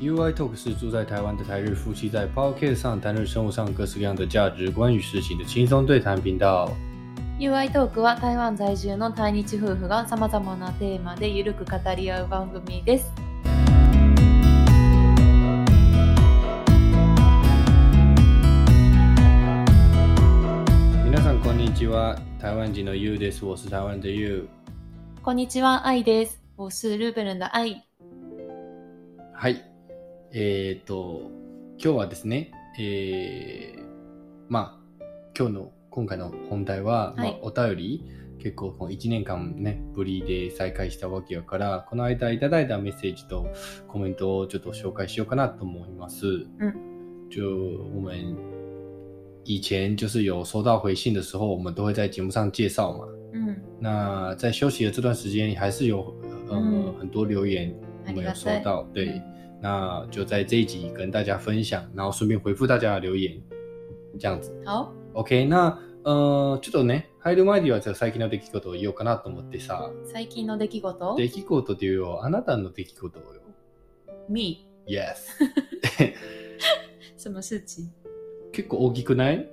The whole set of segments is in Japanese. DY Talk 是住在台湾的台日夫妻在 Podcast 上谈论生活上各式各样的价值观与事情的轻松对谈频道。 UI トークは台湾在住の対日夫婦がさまざまなテーマでゆるく語り合う番組です。皆さんこんにちは、台湾人の You です。我是台湾的 You。こんにちは、愛です。我是日本人的愛。はい。えー、と、今日はですね、えー、まあ、今日の、今回の本題は、はいまあ、お便り、結構この1年間ね、ぶりで再開したわけやから、この間いただいたメッセージとコメントをちょっと紹介しようかなと思います。嗯，就我们以前就是有收到回信的时候，我们都会在节目上介绍嘛。うん、那在休息的这段时间，还是有呃、嗯很多留言我们有收到，对，那就在这一集跟大家分享，然后顺便回复大家的留言，这样子。好、 OK，那呃ちょっとね、入る前にはじゃあ最近の出来事を言おうかなと思ってさ、最近の出来事出来事というよ、あなたの出来事をよ。 ?me。 Yes， 什么事情結構大きくない？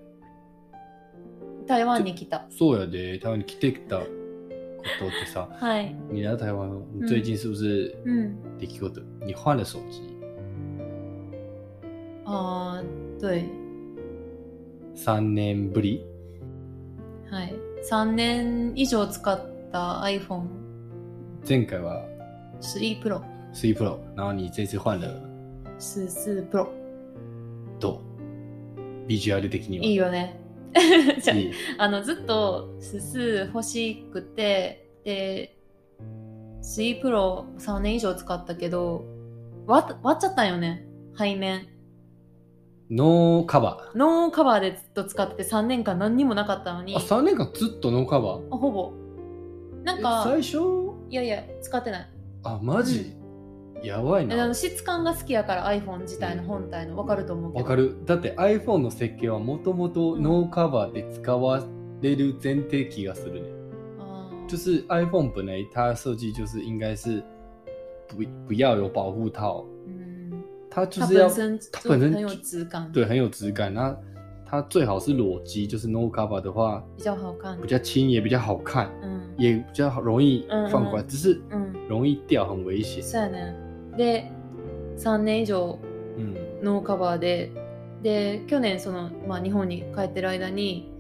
台湾に来た。そうやで、台湾に来てきたことってさ、はい。你来台湾最近是不是うん。出来事？你换了手机，あー、对。三年ぶり？はい。3年以上使った iPhone 前回は3 Pro、 C Pro，然后你这次换了14 Pro。どう？ビジュアル的にはいいよね。 じゃあいいあのずっとスス欲しくてでスイプロ3年以上使ったけど割っ割っちゃったんよね背面ノーカバノーカバーでずっと使ってて3年間何にもなかったのにー。あ、3年間ずっとノーカバー。ほぼなんえか最初いやいや使ってないあ、マジ、やばいであのな。質感が好きやから iPhone 自体の本体の分かると思うけどわかる。だって iPhone の設計はもともとノーカバーで使われる前提気がするね。あー就是 iPhone 本来它设计就是应该是不不要有保护套，うん它就它是要本身它就本身很有质感对很有质感。那它最好是裸机，就是 no cover 的话比较好看比较轻，也比较好看，うん也比较容易放过来，嗯嗯只是うん容易掉，很危险。そうやねで3年以上嗯，ノーカバーでで去年その、まあ、日本に帰ってる間に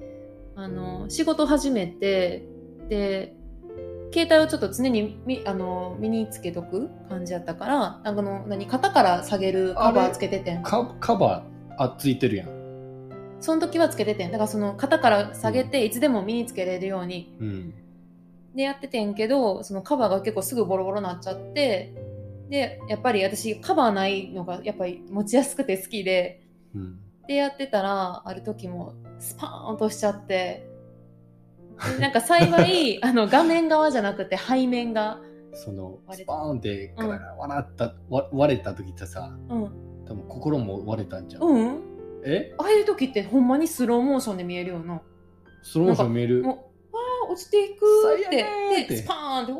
あの仕事始めてで携帯をちょっと常にみあの身につけとく感じやったからあの何肩から下げるカバーつけててんカカバーあついてるやん。その時はつけててんだからその肩から下げていつでも身につけれるようにうん。でやっててんけどそのカバーが結構すぐボロボロなっちゃってでやっぱり私カバーないのがやっぱり持ちやすくて好きでうん。でやってたらある時もスパーン落としち ゃってでなんか幸いあの画面側じゃなくて背面が、その割スれパたーンってガラガラ笑った、わ割れた時ってさ、うん、多分心も割れたんじゃん。うんえ？ああいう時ってほんまにスローモーションで見えるようなスローモーション見える。もうわあ落ちていくっ最悪ーっててでスパーンっておー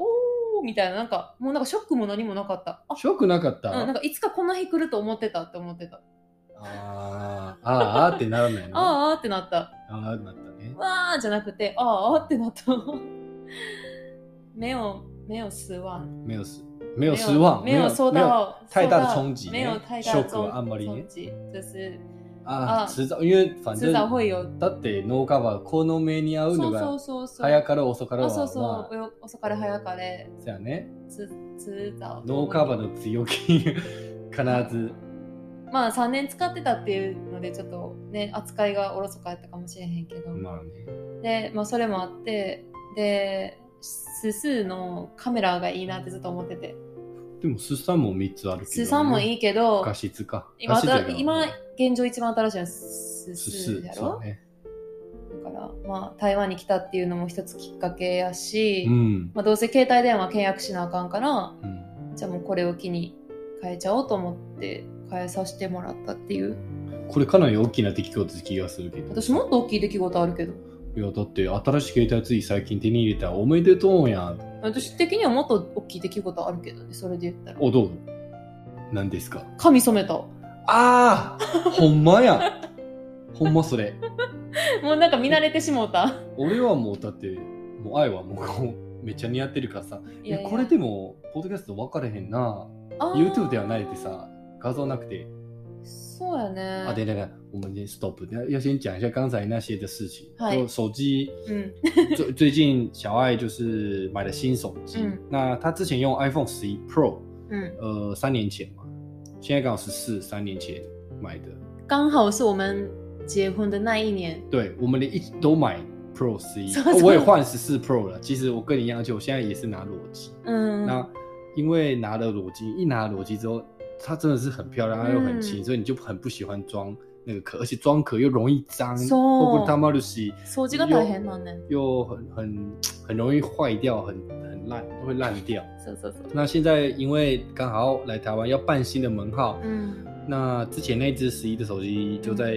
みたいななんかもうなんかショックも何もなかったあショックなかった。うん、なんかいつかこんな日来ると思ってたって思ってたあーあーあーってならないの。 あーあーってなったああなったね。わーじゃなくてあーあーってなった 目を目を吸わん没有失，没有失望，没有受到太大的受冲击没有太大ショ的ックはあんまりね冲击，就是啊，啊迟早，因为反正迟早会有。だって脳カバーこの目に合うそのうそがうそうそう。早かろう遅かろうあはそうそう。まあおよ遅かれ早かれ、そうやね。つ迟早。脳カバーの強気必ずまあ3年使ってたっていうのでちょっとね扱いがおろそかやったかもしれへんけど。まあね。でまあそれもあってでススーのカメラがいいなってずっと思ってて。でもスサも三つあるけど、ね。スさんもい。いいけど。画質か。今画質ただけど今現状一番新しいのはススススーやそろうね。だから、まあ、台湾に来たっていうのも一つきっかけやし、うん。まあ、どうせ携帯電話契約しなあかんからうんじゃあもうこれを機に変えちゃおうと思って変えさせてもらったっていうこれかなり大きな出来事気がするけど。私もっと大きい出来事あるけどいやだって新しい携帯つい最近手に入れたおめでとうやん。私的にはもっと大きい出来事あるけどねそれで言ったらおどうぞ。何ですか髪染めた。 ああほんまやほんまそれもうなんか見慣れてしもうた。俺はもうだってもう愛はもうこうめっちゃ似合ってるからさいやいやえこれでもポッドキャスト分かれへんなあー YouTube ではないでさ画像なくてそうやね。啊，对对对，我们先 stop，要要先讲一下刚才那些的事情。嗨就手机，嗯，最 最近小爱就是买了新手机，嗯那她之前用 iPhone 十一 Pro，嗯，呃，三年前嘛，现在刚好十四，三年前买的。刚好是我们结婚的那一年。对，我们连一起都买 Pro 十一、 什么哦我也换十四 Pro 了。其实我跟你一样，而且我现在也是拿裸机。嗯，那因为拿了裸机，一拿裸机之后，它真的是很漂亮，它又很轻，嗯所以你就很不喜欢装那个壳，而且装壳又容易脏，そう会不他妈就是掃除が大変なんね。又很很很容易坏掉，很很烂，会烂掉。そうそうそう。那现在因为刚好来台湾要办新的门号，嗯那之前那只十一的手机就在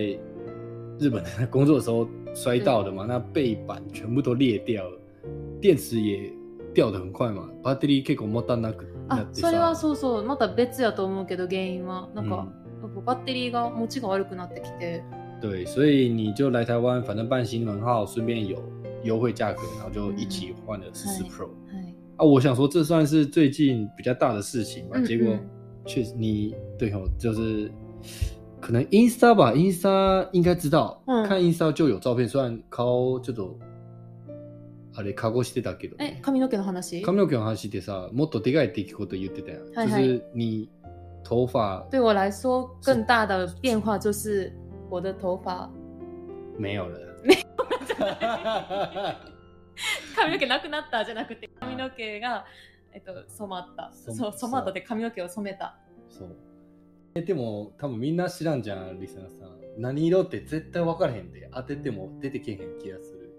日本 工作的时候摔到的嘛，那背板全部都裂掉了，电池也掉得很快嘛，バッテリー結構持たなくなあってそれはさ。そうそうまた別やと思うけど原因はなんか、うんやっぱバッテリーが持ちが悪くなってきて嗯对，所以你就来台湾，反正办新门号，顺便有优惠价格，然后就一起换了十四嗯 Pro。はい啊，我想说这算是最近比较大的事情吧。嗯结果嗯确实你对哦，就是可能 Insta 吧，Insta 应该知道，嗯看 Insta 就有照片，虽然顔ちょっとあれ加工してたけど、え髪の毛の話髪の毛の話でさ、もっとでかいって聞くこと言ってたやん。はい就はい是你头发对我来说更大的变化就是我的头发没有了。 髪の毛なくなったじゃなくて髪の毛が、えっと、染まったそそう染まったって髪の毛を染めたそう。えでも多分みんな知らんじゃん、リスナーさん。何色って絶対分からへんで、当てても出てけへん気がする。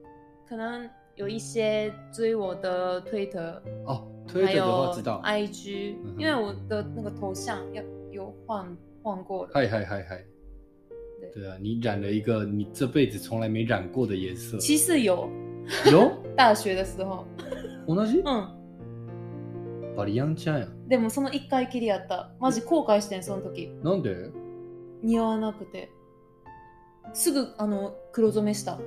可能有一些追我的 Twitter あ、トヨ还タ的话有知道。はい IG，嗯哼因为我的那个头像要有换换过了，はいはいはい。对啊，你染了一个你这辈子从来没染过的颜色。其实有有？大学的时候，同じ？うん、バリアンちゃんやん。でもその一回きりやった。マジ後悔してんその時。なんで？似合わなくて、すぐあの黒染めした。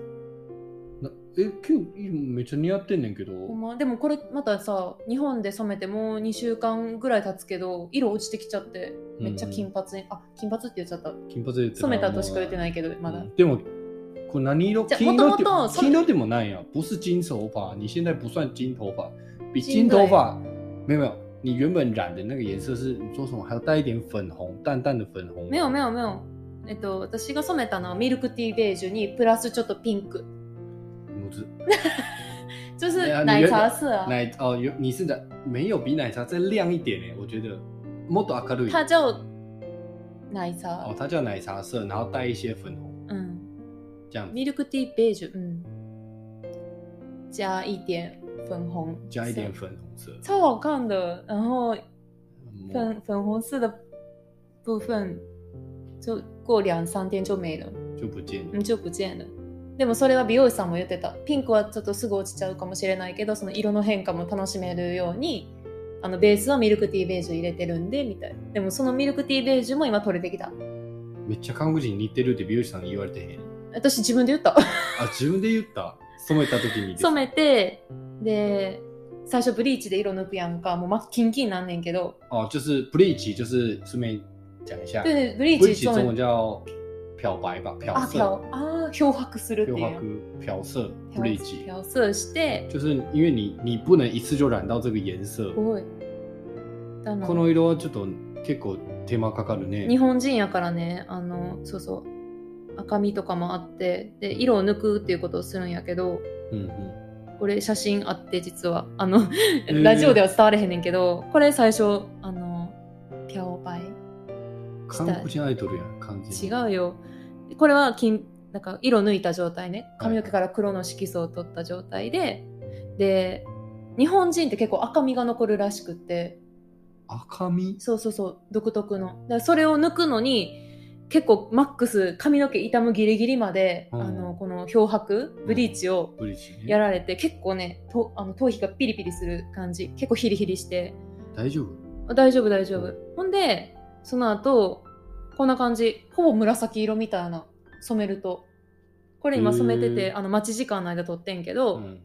なえ、今日めっちゃ似合ってんねんけど。ほんまでもこれまたさ日本で染めてもう2週間ぐらい経つけど色落ちてきちゃってめっちゃ金髪に、あ金髪って言っちゃった金髪で言ってた染めたとしか言ってないけどまだ、嗯でもこれ何色？じゃ金色って元々そ金色でもないやん。不是金头发，你现在不算金头发，比金金对头发没有没有。你原本染的那个颜色是你说什么？还有带一点粉红，淡淡的粉红。没有没有没有えっと私が染めたのはミルクティーベージュにプラスちょっとピンク我知就是いや奶茶色啊奶哦，有你是的，没有比奶茶再亮一点呢，我觉得。もっと明るい。它叫奶茶哦，它叫奶茶色，然后带一些粉红，嗯这样子ミルクティーベージュ嗯加一点粉红加一点色粉红色。超好看的然后嗯粉粉红色的部分就过两三天就没了，就不见了。嗯，就不见了。でもそれは美容師さんも言ってた。ピンクはちょっとすぐ落ちちゃうかもしれないけど、その色の変化も楽しめるように、あのベースはミルクティーベージュ入れてるんでみたいな。でもそのミルクティーベージュも今取れてきた。嗯めっちゃ韓国人似てるって美容師さんに言われてへん。私自分で言った。あ、自分で言 った。染めた時にです。染めて、で、最初ブリーチで色抜くやんか、もう真っキンキンなんねんけど、哦，就是 bleach，就是顺便讲一下で、ね、ブリーチ，bleach 中染文め叫漂白吧，漂あ、漂色，あー、漂白するって漂いうや白ん。漂色漂，bleach，漂色して、就是因为你你不能一次就染到这个颜色す。ごい。あのこの色はちょっと結構手間かかるね。日本人やからねあのそうそう赤みとかもあってで色を抜くっていうことをするんやけどうんうん。これ写真あって実はあの、ーラジオでは伝われへんねんけどこれ最初あのピャオパイ韓国人アイドルやん、完全違に。うよこれは金なんか色抜いた状態ね髪の毛から黒の色素を取った状態でで日本人って結構赤みが残るらしくって赤みそうそうそう独特のだからそれを抜くのに結構マックス髪の毛傷むギリギリまで、うんあのこの漂白ブリーチをブリッジねやられて、結構ねとあの頭皮がピリピリする感じ結構ヒリヒリして大丈夫あ大丈夫大丈夫ほんでその後こんな感じほぼ紫色みたいな染めるとこれ今染めてへてーあの待ち時間の間撮ってんけど、うん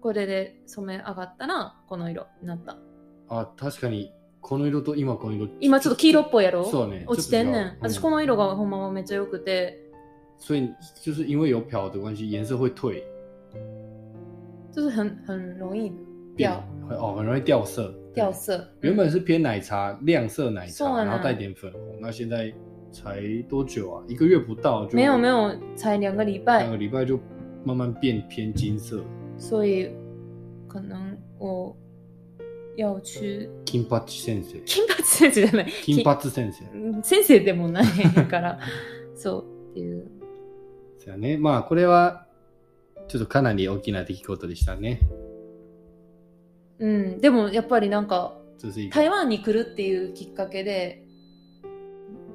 これで染め上がったらこの色になったあ確かにこの色と今この色今ちょっと黄色っぽいやろそうね落ちてんねちょっと違んう私この色がほんまはめっちゃ良くて所以就是因为有漂的关系，颜色会退ちょっと很很容易变掉会哦，很容易掉色。对掉色啊原本是偏奶茶亮色奶送茶，了呢然后带点粉红，那现在才多久啊？一个月不到就没有没有才两个礼拜两个礼拜就慢慢变偏金色，所以可能我要去金八先生，金八先生じゃない金八先生。き先生でもないからそうっていうそうやね。まあこれはちょっとかなり大きな出来事でしたね。うんでもやっぱりなんか这是一个台湾に来るっていうきっかけで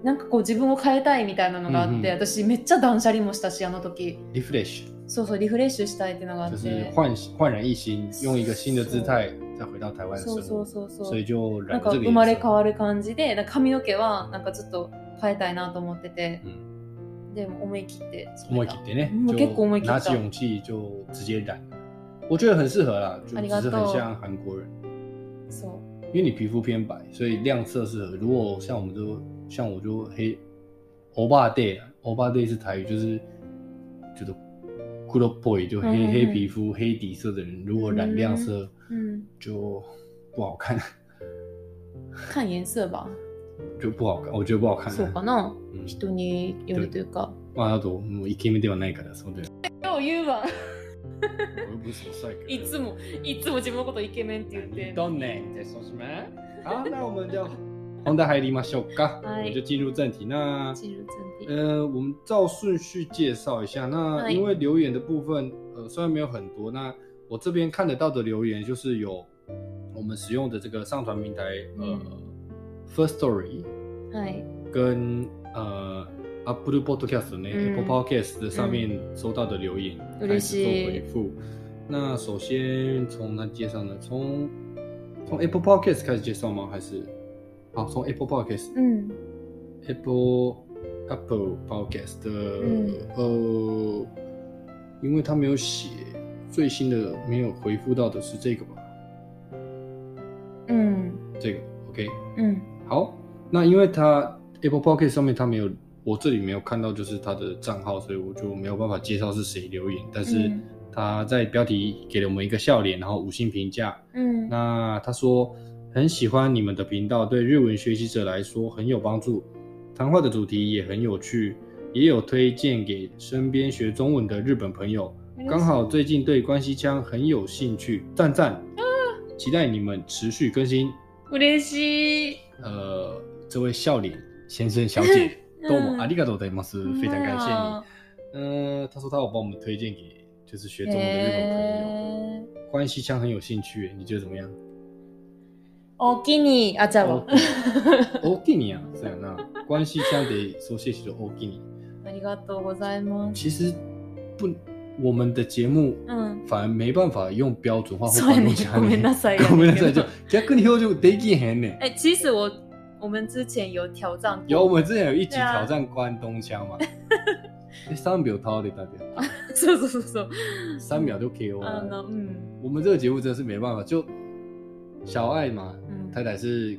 なんかこう自分を変えたいみたいなのがあって、うんうん私めっちゃ断捨離もしたしあの時 refresh，そうそうリフレッシュしたいっていうのがあっ就是て焕焕然一新，用一个新的姿态再回到台湾そう生活そう，そうそ所う以就染了なんか这个生ま颜れ変色。わる感じでなんか髪の毛はなんかずっと変えたいなと思ってて、うでも思い切ってそ思れいが切ってねう，ん就結構思い切った拿起勇气就直接染，我觉得很适合啦，就あり只が是とう很像韩国人，そう因为你皮肤偏白，所以亮色适合。如果像我们都像我就黑，欧巴 day 啊，欧巴 day 是台语，就是就是 good boy，就黑、嗯嗯嗯黑皮肤黑底色的人，如果染亮色うん就不好看，看颜色吧就不好看，我觉得不好看。そうかな嗯人によるというかまああともうイケメンではないからそうだよ。今日言うわ我又不是什么帅哥。いつもいつも自分のことイケメンって言って你懂ね你在说什么？好，那我们就本題入りましょうか。はい我们就进入正题。那チルツンティ呃，我们照顺序介绍一下。那はい因为留言的部分，呃，虽然没有很多，那我这边看得到的留言就是有我们使用的这个上传平台，呃、f i r s t Story はい跟呃 Apple Podcast 呢、嗯 Apple Podcast 的上面收到的留言，嗯开始做嬉しい回复。那首先从哪介绍呢？从从 Apple Podcast 开始介绍吗？还是好从 Apple Podcast うん Apple Apple Podcast 的、嗯呃，因为他没有写最新的，没有回复到的是这个吧？うん这个 OK うん好，那因为他 Apple Podcast 上面他没有，我这里没有看到就是他的账号，所以我就没有办法介绍是谁留言，但是嗯他在标题给了我们一个笑脸，然后五星评价，うん那他说很喜欢你们的频道，对日文学习者来说很有帮助，谈话的主题也很有趣，也有推荐给身边学中文的日本朋友。刚好最近对关西腔很有兴趣，赞赞！期待你们持续更新。嬉しい呃，这位笑脸先生小姐，嗯どうもありがとうございます，非常感谢哇你。嗯、他说他有帮我们推荐给就是学中文的日本朋友，へー关西腔很有兴趣，你觉得怎么样？おきにあちゃうわお大きにやん、そうやな。关西腔得说谢谢的大きに。ありがとうございます其实不，我们的节目うん反而没办法用标准化或そうや广ね东腔。ごめんなさいやごめんねんなけさどい、就逆に表情できへんねん。哎，其实我我们之前有挑战过，有，我们之前有一集对啊挑战关东腔嘛。诶三秒掏的大家，そうそうそうそう，三秒就 KO あ了。のうん我们这个节目真的是没办法，就小爱嘛，うん太太是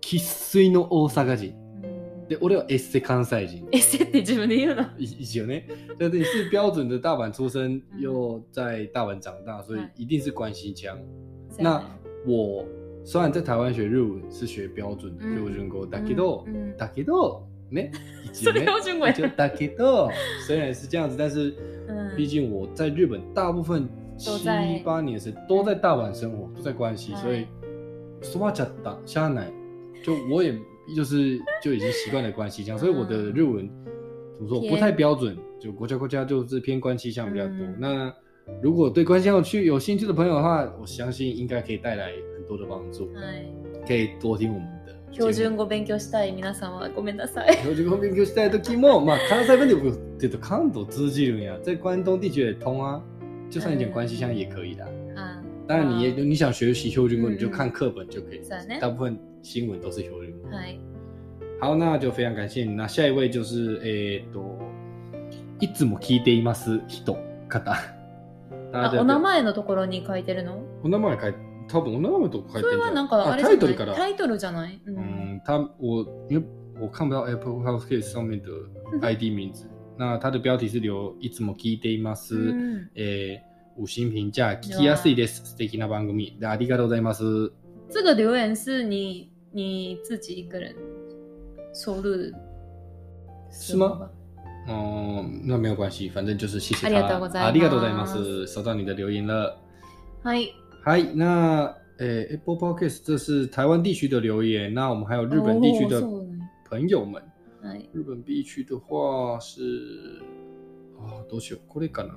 生粋の大阪人，うんで俺はエッセ関西人。エセって自分で言うの。以以前呢，但是你是标准的大阪出生，嗯又在大阪长大，所以嗯一定是关西腔。そうや那ね我虽然在台湾学日文是学标准的嗯标准語だけどう、んうんだけどね，以そ前ね。れ標準語や就。大概的，虽然是这样子，但是嗯毕竟我在日本大部分七都在八年时都在大阪生活，都在关西，哎所以说话讲打下来，就我也就是就已经习惯了关西腔，所以我的日文怎么说偏不太标准，就国家国家就是偏关西腔比较多。嗯那如果对关西腔有趣有兴趣的朋友的话，我相信应该可以带来很多的帮助，はい。可以多听我们的节目標準語勉強したい皆さんはごめんなさい。標準語を勉強したい時も、まあ、関西弁でも言うと関東通じるんや。在关东地区也通啊。就算你讲关西腔也可以的。 あ当然你也あ你想学习标准語，嗯你就看课本就可以是啊那。大部分新闻都是标准語。はい。好，那就非常感谢你。那下一位就是えーっといつも聞いています人方。あ、お名前のところに書いてるのお名前書い多分お名前のとこ書いそてれるはなんかあれじタゃないイトルから。タイトルじゃない、う嗯ん、他我因为我看不到 Apple House 上面的 ID 名字，那它的标题是留いつも聞いています。うんえー、五星评价聞きやすいです。素敵な番組でありがとうございます。这个留言是你你自己一个人收录是吗？嗯，那没有关系，反正就是谢谢他。ありがとうございますありがとうございます。收到你的留言了。はい。嗨，那呃，Apple Podcast 这是台湾地区的留言，那我们还有日本地区的哦そうね朋友们。はい。日本地区的话是啊，どうしようこれかな。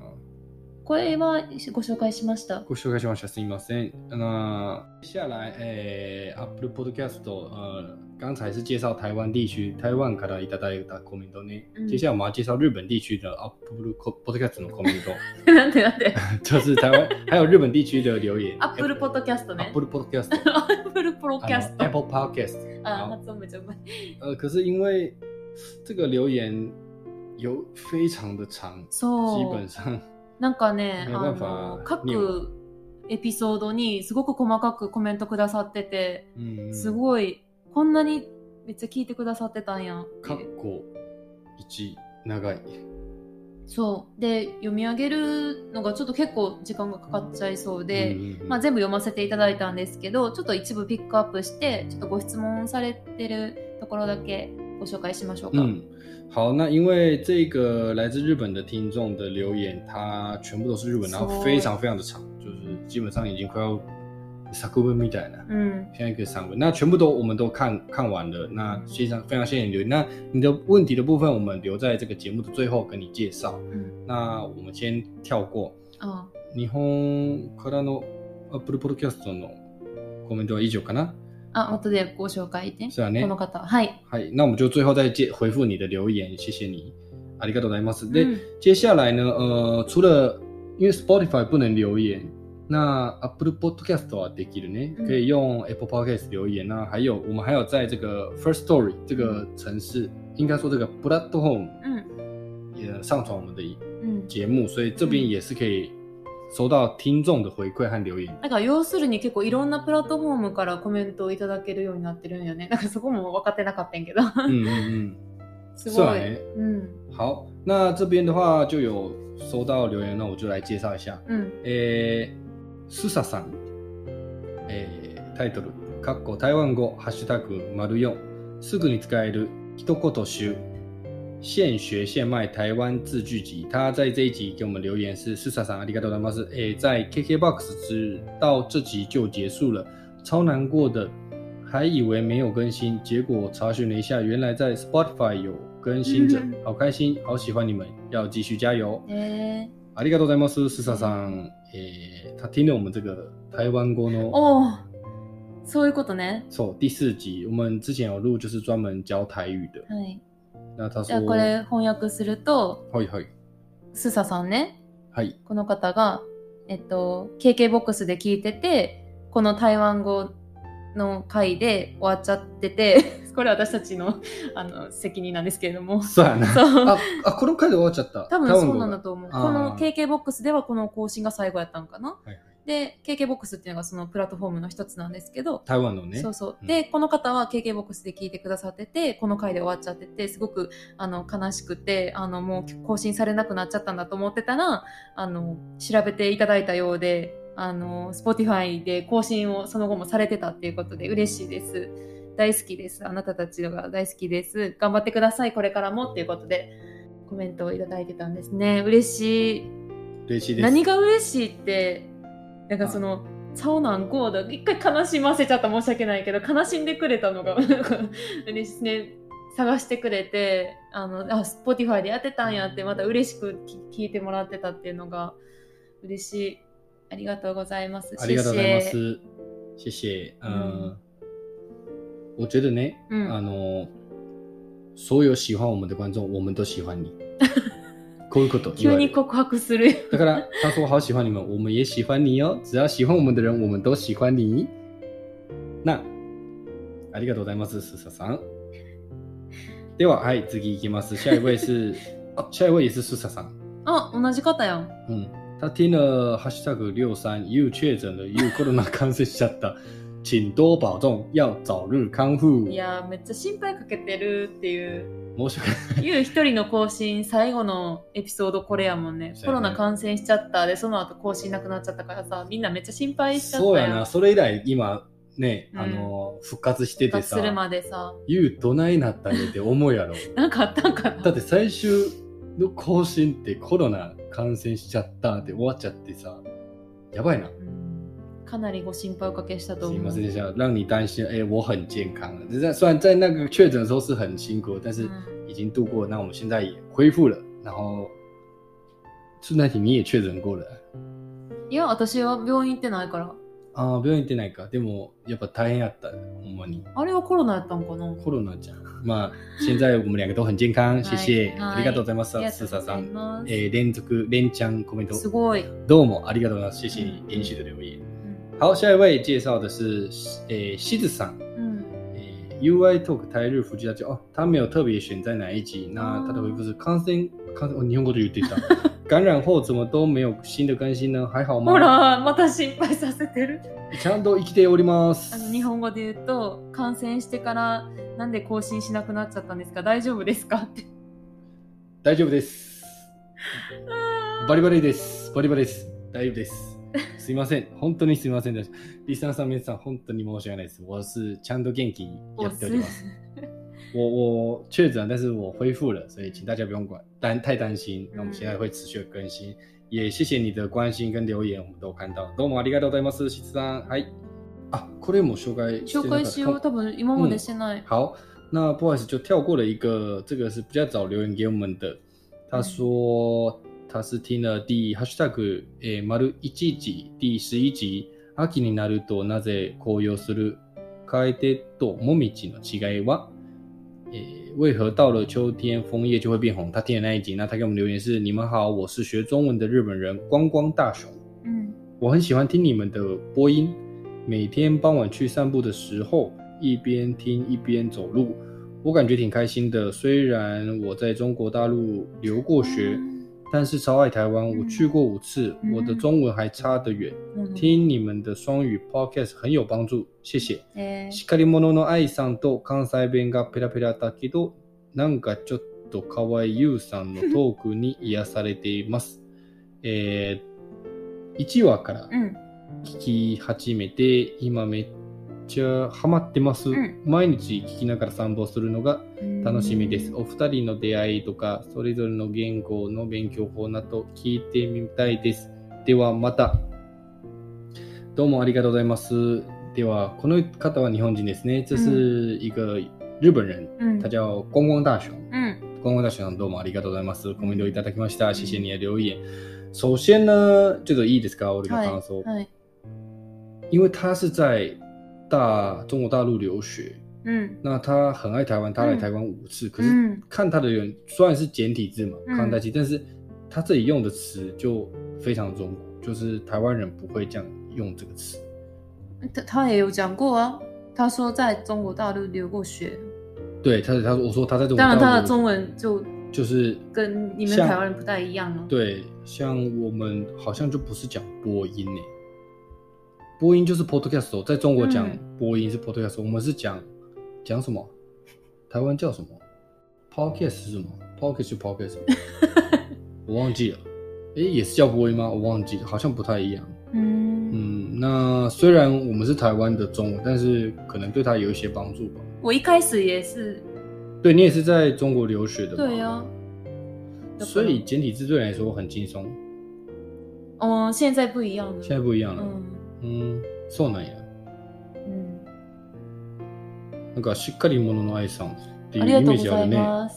これはご紹介しました。 ご紹介しました。すみません。那接下来，诶、Apple Podcast，呃，刚才是介绍台湾地区，台湾からいただいたコメントね。嗯接下来我们要介绍日本地区的 Apple Podcast のコメント， なんでなん で就是台湾还有日本地区的留言。アップルポッドキャストね。 Apple Podcast，アップルポッドキャあスのト。 Apple Podcast。あ、発音めっちゃうまい。呃，可是因为这个留言有非常的长，基そ本う。上なんかね、メあガファのーにも各エピソードにすごく細かくコメントくださってて、嗯，すごい、こんなにめっちゃ聞いてくださってたんやってかっいう。こ一長い。そう。で、読み上げるのがちょっと結構時間がかかっちゃいそうで、嗯嗯嗯まあ、全部読ませていただいたんですけどちょっと一部ピックアップしてちょっとご質問されてるところだけご紹介しましょうか。嗯，好，那因为这个来自日本的听众的留言，它全部都是日文，然后そう非常非常的长，就是基本上已经快要呃萨库文みたいな，うん像一个散文。那全部都我们都看看完了，那非常非常谢谢你留言。那你的问题的部分，我们留在这个节目的最后跟你介绍。うん那我们先跳过。あ日本からのアップルポッドキャストのコメントは以上かな。あ後でご紹介ね。そうだねこの方。はい。嗨，那我们就最后再接回复你的留言，谢谢你。ありがとうございます。で、うん接下来呢，呃，除了因为 Spotify 不能留言，那 Apple Podcast 啊できるね，嗯可以用 Apple Podcast 留言。那还有我们还有在这个 First Story 这个城市，应该说这个 platform うん也上传我们的うん、节目，所以这边也是可以收到听众的回馈和留言。だから要するに結構いろんなプラットフォームからコメントをいただけるようになってるんよね。 なんかそこも分かってなかったんやけど。嗯嗯すそうごだい。ねうん。嗯，好，那这边的话就有收到留言，那我就来介绍一下。うん。えー、スサさん、えータイトル、かっこ台湾語、ハッシュタグ、丸4、すぐに使える一言集、现学现卖台湾字句集。他在这一集给我们留言是スサさん、ありがとうございます。えー在 KKBOX 直到这集就结束了，超难过的，还以为没有更新，结果查询了一下，原来在 Spotify 有更新着嗯，好开心，好喜欢你们，要继续加油。えー、ありがとうございます、スサさん。えー、他听了我们这个台湾語のおお。そういうことね。そう第四集，我们之前有录就是专门教台语的。はい。那他じゃ说あ，これ翻訳すると、はいはいスサさんね。はいこの方が、えっと、KKBOX で聞いてて、この台湾語の回で終わっちゃってて、 これ私たちのあの責任なんですけれども、そう やな。そうああこの回で終わっちゃった。多分そうなんだと思う。こあーの KKBOX ではこの更新が最後やったんかな。はいはいで、KKBOX っていうのがそのプラットフォームの一つなんですけど、台湾のねそう。そううんでこの方は KKBOX で聞いてくださっててこの回で終わっちゃっててすごくあの悲しくてあのもう更新されなくなっちゃったんだと思ってたらあの調べていただいたようであの Spotify で更新をその後もされてたっていうことで嬉しいです大好きですあなたたちが大好きです頑張ってくださいこれからもっていうことでコメントをいただいてたんですね嬉しい嬉しいです。何が嬉しいってなんかその「超難過だ」一回悲しませちゃった申し訳ないけど悲しんでくれたのがなんか 嬉しいね探してくれてあのあ Spotify でやってたんやってまた嬉しくき聞いてもらってたっていうのが嬉しいありがとうございますありがとうございまシェシェす。谢谢。嗯嗯，我觉得呢，嗯あの所有喜欢我们的观众，我们都喜欢 你。こういうこと言急われにる。告白するだから、他说好喜欢你们，我们也喜欢你哦。只要喜欢我们的人，我们都喜欢你。那、ありがとうございます、スサさん。では、はい、次行きます。下一位 是，哦下一位也是苏莎桑。あ、同じ方やん。嗯，他听了 hashtag 六三又确诊了又 corona 感染しちゃった，请多保重，要早日康复。いやー、めっちゃ心配かけてるっていう、申し訳ない。ゆう一人の更新、最後のエピソードこれやもんね。そうコやねロナ感染しちゃったで、その後更新なくなっちゃったからさ、みんなめっちゃ心配しちゃったそうややんな、それ以来今ね、うんあの復活して復て活さす、るまでさ、ゆうどないなったんやって思うやろ。なんかあったんかなだって最終の更新ってコロナ感染しちゃったって終わっちゃってさ、やばいな。うんかなりご心配おかけしたとす思いまう。せんでした，让你担心。哎、我很健康了。在虽然在那个确诊的时候是很辛苦，但う是ん已经度过。那我们现在也恢复了，然后顺带体你也确诊过了。いや、私は病院行ってないから。ああ、病院行ってないか。でも、やっぱ大変やった。ほんまに。あれはコロナやったんかなコロナじゃん。まあ、现在我们两个都很健康。谢谢。はいありがとうございます。ありがとスーうサーごさざいん。ます。えー連続、連チャンコメント。すごい。どうもありがとうございます。谢谢你连续的留言。うん好，下一位介绍的是诶、西子さん。うん诶 UI Talk 台日服家教哦，他没有特别选在哪一集，那他的回复是感染感染哦，你用过的有对到， 感染后怎么都没有新的更新呢？还好ほ吗？ら、また心配させてる。ちゃんと生きておりまあす。の日本語で言うと、感染してからなんで更新しなくなっちゃったんですか大丈夫ですかって。大丈夫です。あバリバリです。バリバリです。大丈夫です。すいません。 本当にすいませんでした。リスナーさん、皆さん、本当に申し訳ないです。我是ちゃんと元気にーやっておりまおす。す我我确诊，但是我恢复了，所以请大家不用管担太担心。那我们现嗯在会持续地更新，也谢谢你的关心跟留言，我们都看到。どうもありがとうございます、しつさん。はい。あ、これも紹介して紹なかっ介たしよう。多分今までしてない。好，那不好意思，就跳过了一个，这个是比较早留言给我们的。他说他是听了第 hashtag えー丸一集第十一集秋になるとなぜ紅葉する楓とモミジの違いは？诶，为何到了秋天枫叶就会变红？他听的那一集，那他给我们留言是：你们好，我是学中文的日本人光光大雄。うん。我很喜欢听你们的播音，每天傍晚去散步的时候，一边听一边走路，我感觉挺开心的。虽然我在中国大陆留过学，但是超爱台湾，我去过五次，嗯我的中文还差得远。うん听你们的双语 podcast 很有帮助，谢谢。えーしっかり者の愛さんと関西弁がペラペラだけど、なんかちょっと可愛いゆうさんのトークに癒されています。えー、1話からうん。聞き始めて、今めっちゃハマってます。うん毎日聞きながら散歩するのが楽しみです。お二人の出会いとか、それぞれの言語の勉強法など聞いてみたいです。ではまた。どうもありがとうございます。では、この方は日本人ですね。这是一个日本人。うん。他叫光光大雄。うん。光光大雄さんどうもありがとうございます。コメントをいただきました。谢谢你的留言。首先呢，这个いいですか？我的は感想い。。はい。因为他是在大中国大陆留学，うん。那他很爱台湾，他来嗯台湾五次，可う是ん。看他的人虽然是简体字嘛，嗯看代体，但是他这里用的词就非常中国，就是台湾人不会这样用这个词。他他也有讲过啊，他说在中国大陆留过学，对，他他我说他在中国当大陆，然他的中文就就是跟你们像台湾人不太一样了。，对，像我们好像就不是讲播音呢、播音就是 podcast，哦在中国讲播音是 podcast，、我们是讲讲什么？台湾叫什么？podcast 是什么？podcast 是 podcast，什么我忘记了。诶，也是叫播音吗？我忘记了，好像不太一样。嗯，嗯，那虽然我们是台湾的中文，但是可能对他有一些帮助吧。我一开始也是，对你也是在中国留学的嘛，对哦呀、啊，所以简体字对你来说很轻松。嗯，现在不一样了，现在不一样了，嗯嗯，そうなんや。嗯，なんかしっかり者の愛さんっていあうりがイとメージあるね。うございま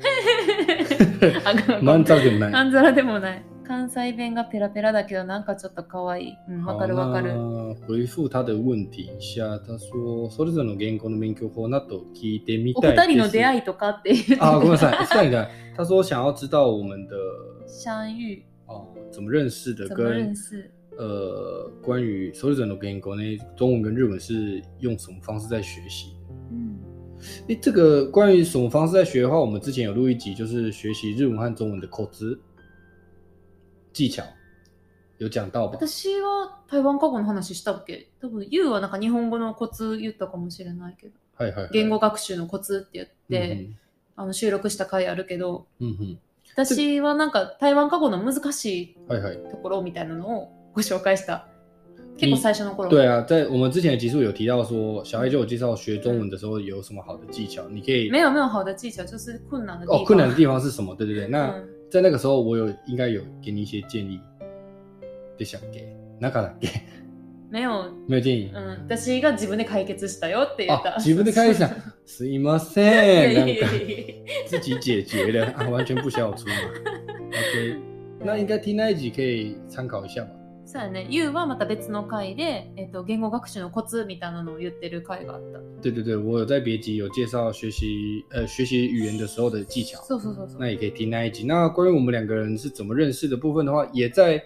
す。 あごめんまんざらでもなあい。んざらでもない。関西弁がペラペラだけどなんかちょっと可愛い。うん、 わかるわかる。好那回复他的问题一下，他说それぞれの言語の勉強法など聞いてみおたいです。二人の出会いとかっていう。啊， ごめんなさい，算一下。 他说想要知道我们的相遇哦怎么认识的怎么跟认识？呃关于所有人的言語呢，中文跟日文是用什么方式在学习的？嗯。诶，这个关于什么方式在学的话，我们之前有录一集，就是学习日文和中文的口字技巧，有讲到吧？私は台湾過去の話したっけ多分、ユウはなんか日本語のコツ言ったかもしれないけど、はいはい、はい。言語学習のコツって言って、あの収録した回あるけど、うんうん、私はなんか台湾過去の難しうんうん。はいはい。いところみたいなのをご紹介した。結構最初の頃。对啊，在我们之前的集数有提到说，小爱就有介绍学中文的时候有什么好的技巧，你可以没有没有好的技巧，就是困难的地方。哦，困难的地方是什么？对对对，那、嗯在那个时候我有应该有给你一些建议，で想给，那か给没有、没有建议。うん、私が自分で解決したよって言っ啊た。，自分で解 決した。すいません、なんかい自己解决的啊，完全不需要我出马。OK，那应该听那一集可以参考一下吧。そうやね、ユウはまた別の回で、えっと、言語学習のコツみたいなのを言ってる回があった。对对对，我有在别集有介绍学习呃学习语言的时候的技巧。そうそうそうそう。那也可以听那一集。那关于我们两个人是怎么认识的部分的话，也在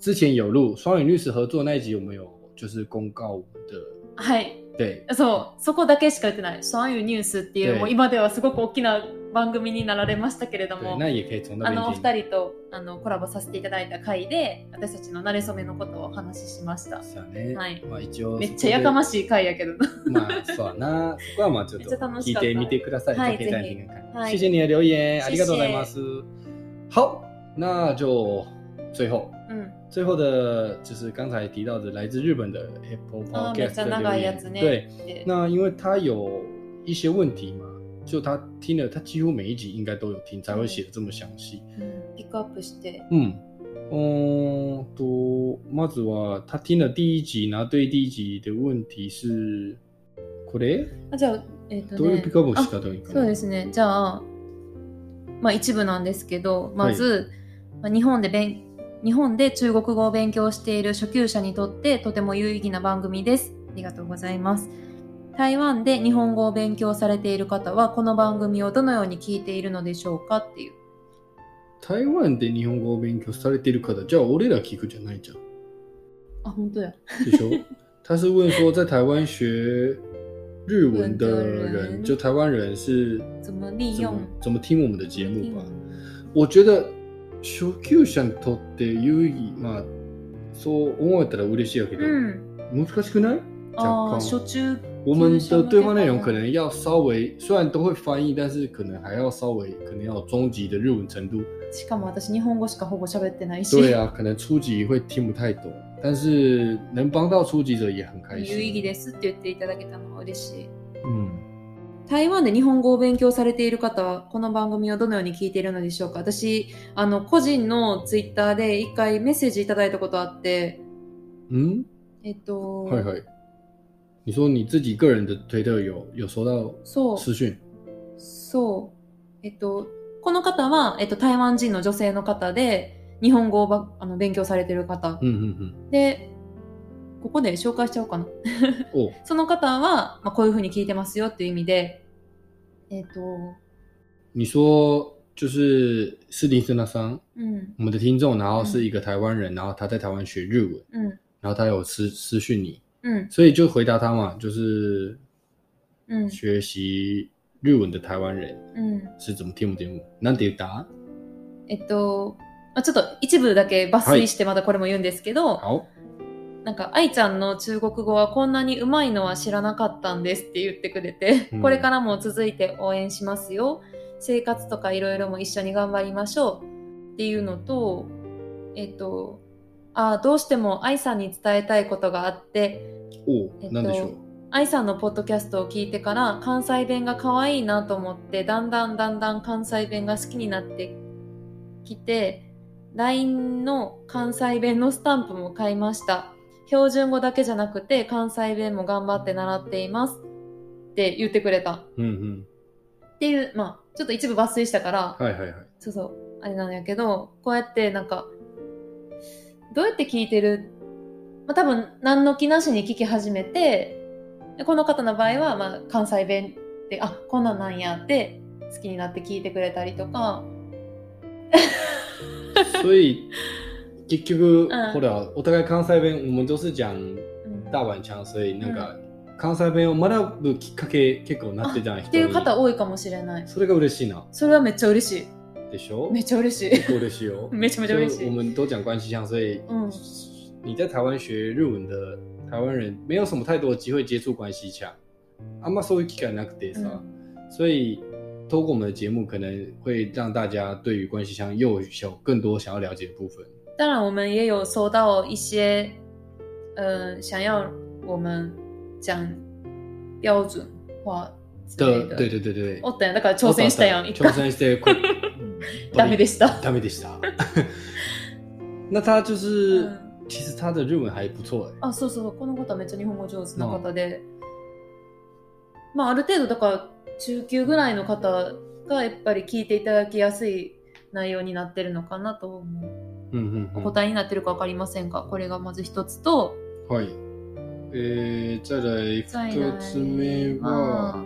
之前有录双语律师合作那一集，我们有就是公告我们的はい、对そう、そこだけしか言ってない。双语ニュースっていう、对もう今ではすごく大きな番組になられましたけれど对，も、那也可以从那あのお边听。二人とあのコラボさせていただいた回で、私たちの馴れ初めのことをお話ししました。そうね。はいまあ一応めっちゃやかましい回やけどな。 まあそうだな。そこはまあちょっめっちゃと楽聞しいかったてみてください。はい可以再听看看。はい谢谢你的留言，谢谢ありがとうございます。好，那就最后うん。最后的就是刚才提到的来自日本的 Apple あーめっ Podcast ちゃ的長留いやつ言，ね。对。で那因为他有一些问题嘛，就他听了，他几乎每一集应该都有听，才会写的这么详细。うんピックアップして。嗯，嗯，とまずは他听了第一集，然后对第一集的问题是，これあじゃあ、えっ、とね。どういうピックアップをしたというあかそうな。ですね。じゃあ、まあ一部なんですけど、まず、まあ日本で勉日本で中国語を勉強している初級者にとってとても有意義な番組です。ありがとうございます。台湾で日本語を勉強されている方は、この番組をどのように聞いているのでしょうかっていう。台湾で日本語を勉強されてる方、じゃあ俺ら聞くじゃないじゃん。あ、本当や。で しょ他是问说在台湾学日文的日文的人，人就台湾人是怎么利怎用么怎么听我们的节目吧。うん我觉得初級者にとって有意義まあそう思えたら嬉しいやけど、うん。難しくないああ、若干初中。我们的对话内容可能要稍微虽然都会翻译，但是可能还要稍微可能要有中级的日文程度。しかも私、日本語しかほぼ喋ってない し。对啊，可能初级会听不太懂，但是能帮到初级者也很开有意義心。ですって言っていただけたのは嬉しい。嗯。台湾で日本語を勉強されている方は、この番組をどのように聞いているのでしょうか私、あの、個人のツイッターで一回メッセージいただいたことあって、嗯，えっと、嗨嗨，你说你自己个人的推特有有收到そう、私讯？そう、えっと、この方は、えっと、台湾人の女性の方で、日本語をばあの勉強されている方。嗯嗯で、ここで紹介しちゃおうかな。嗯，哦，その方は、まあ、こういうふうに聞いてますよっていう意味で、えっと、你说就是斯林森纳桑，うん、我们的听众，然后是一个台湾人，然后他在台湾学日文，うん、然后他有私私讯你，うん、所以就回答他嘛，就是うん、学习日文的台湾人うん。是怎么听我们节目？那得答えっと、まあ、ちょっと一部だけ抜粋してまたこれも言うんですけど、好，なんか、愛ちゃんの中国語はこんなにうまいのは知らなかったんですって言ってくれて、うんこれからも続いて応援しますよ。生活とかいろいろも一緒に頑張りましょうっていうのと、えっと、あーどうしても愛さんに伝えたいことがあって、哦えっ，と那得说，愛さんのポッドキャストを聞いてから関西弁が可愛いなと思って、だんだんだんだん関西弁が好きになってきて、LINE の関西弁のスタンプも買いました。標準語だけじゃなくて関西弁も頑張って習っていますって言ってくれた。嗯嗯，っていう、まあ、ちょっと一部抜粋したから、嗨嗨嗨，そうそう、あれなんやけど、こうやってなんか、どうやって聞いてる、まあ、多分何の気なしに聞き始めて、でこの方の場合は、まあ、関西弁で、あ、こんなんなんやって、好きになって聞いてくれたりとか、所以。结局嗯或者我大概関西弁，我们都是讲うん大阪腔，所以那个関西弁を学ぶきっかけ結構なってたあんっていう方多多いかもしれないそれが嬉しいなそれはめっちゃ嬉しでしょいめっちゃ嬉しい 結構嬉しいよめちゃめちゃ嬉し就我い们都讲关系腔，所以嗯你在台湾学日文的台湾人没有什么太多的机会接触关系腔，あんまそういう機会なくてさ、所以透过我们的节目，可能会让大家对于关系腔又有更多想要了解的部分。当然，我们也有收到一些，呃，想要我们讲标准化之类的。对对对对对お。ったやんだから挑戦したやん。一挑回戦してこ ダメでした。ダメでした。 那他就是嗯，其实他的日文还不错哎。あ、そうそう、この方はめっちゃ日本語上手な方で、まあ、ある程度、だから、中級ぐらいの方がやっぱり聞いていただきやすい内容になってるのかなと思う。嗯お答えになってるか分かりませんが、これがまず一つと、はい。えー、再来再来二つ目はは、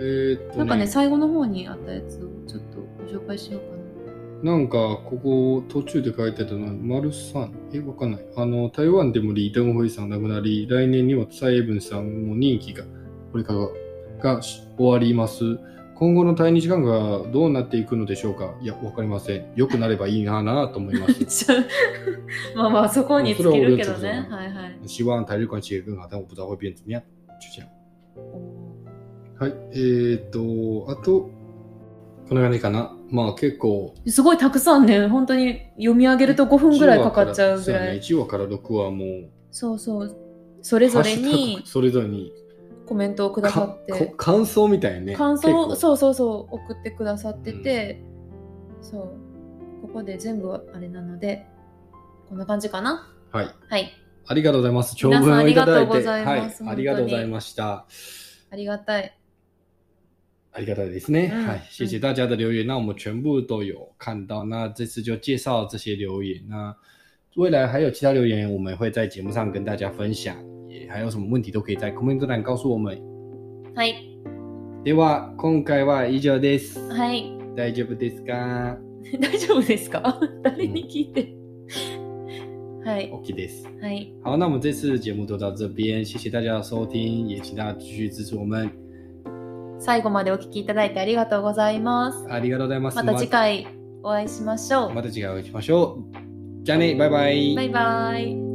えーっとなんかね、ね、最後の方にあったやつをちょっとご紹介しようかな。なんかここ途中で書いてたのは、丸さん、え、わかんない。あの、台湾でもリー・ダンホイさん亡くなり、来年には蔡英文さんも任期が、これからががし終わります。今後の対日関係はどうなっていくのでしょうかいや、わかりません。良くなればいいなぁと思い ます。ちょまあまあそこに尽きるけどね。まはいはい。希望台日关系也更好，但我不知道会变怎么样。就这样。はい、えーっと、あと、こんな感じかな。まあ結構、すごいたくさんね、本当に読み上げると5分ぐらいかかっちゃうぐらい。 1話から6話もう、そうそう。それぞれハッシュタにグそれぞれに、コメントをくださっかこて、感想みたいね。感想結を構そうそうそう送ってくださってて、そう。ここで全部あれなので、こんな感じかな。はい。はい。ありがとうございます。長文をいただいて。皆さんありがとうございますはい。ありがとうございました。ありがたい。ありがたいですね。嗯はい。谢谢大家的留言。那我们全部都有看到。那这次就介绍这些留言。那未来还有其他留言，我们会在节目上跟大家分享。也还有什么问题都可以在 comment 栏告诉我们。はい。では、今回は以上です。はい。 大丈夫ですか大丈夫ですか誰に聞いて。はい。 ？OK です。はい。好，那我们这次的节目就到这边，谢谢大家的收听，也请大家继续支持我们。最後までお聞きいただいてありがとうございます。ありがとうございます。また次回お会いしましょう。また次回お会いしましょう。じゃあね、バイバイ。バイバイ。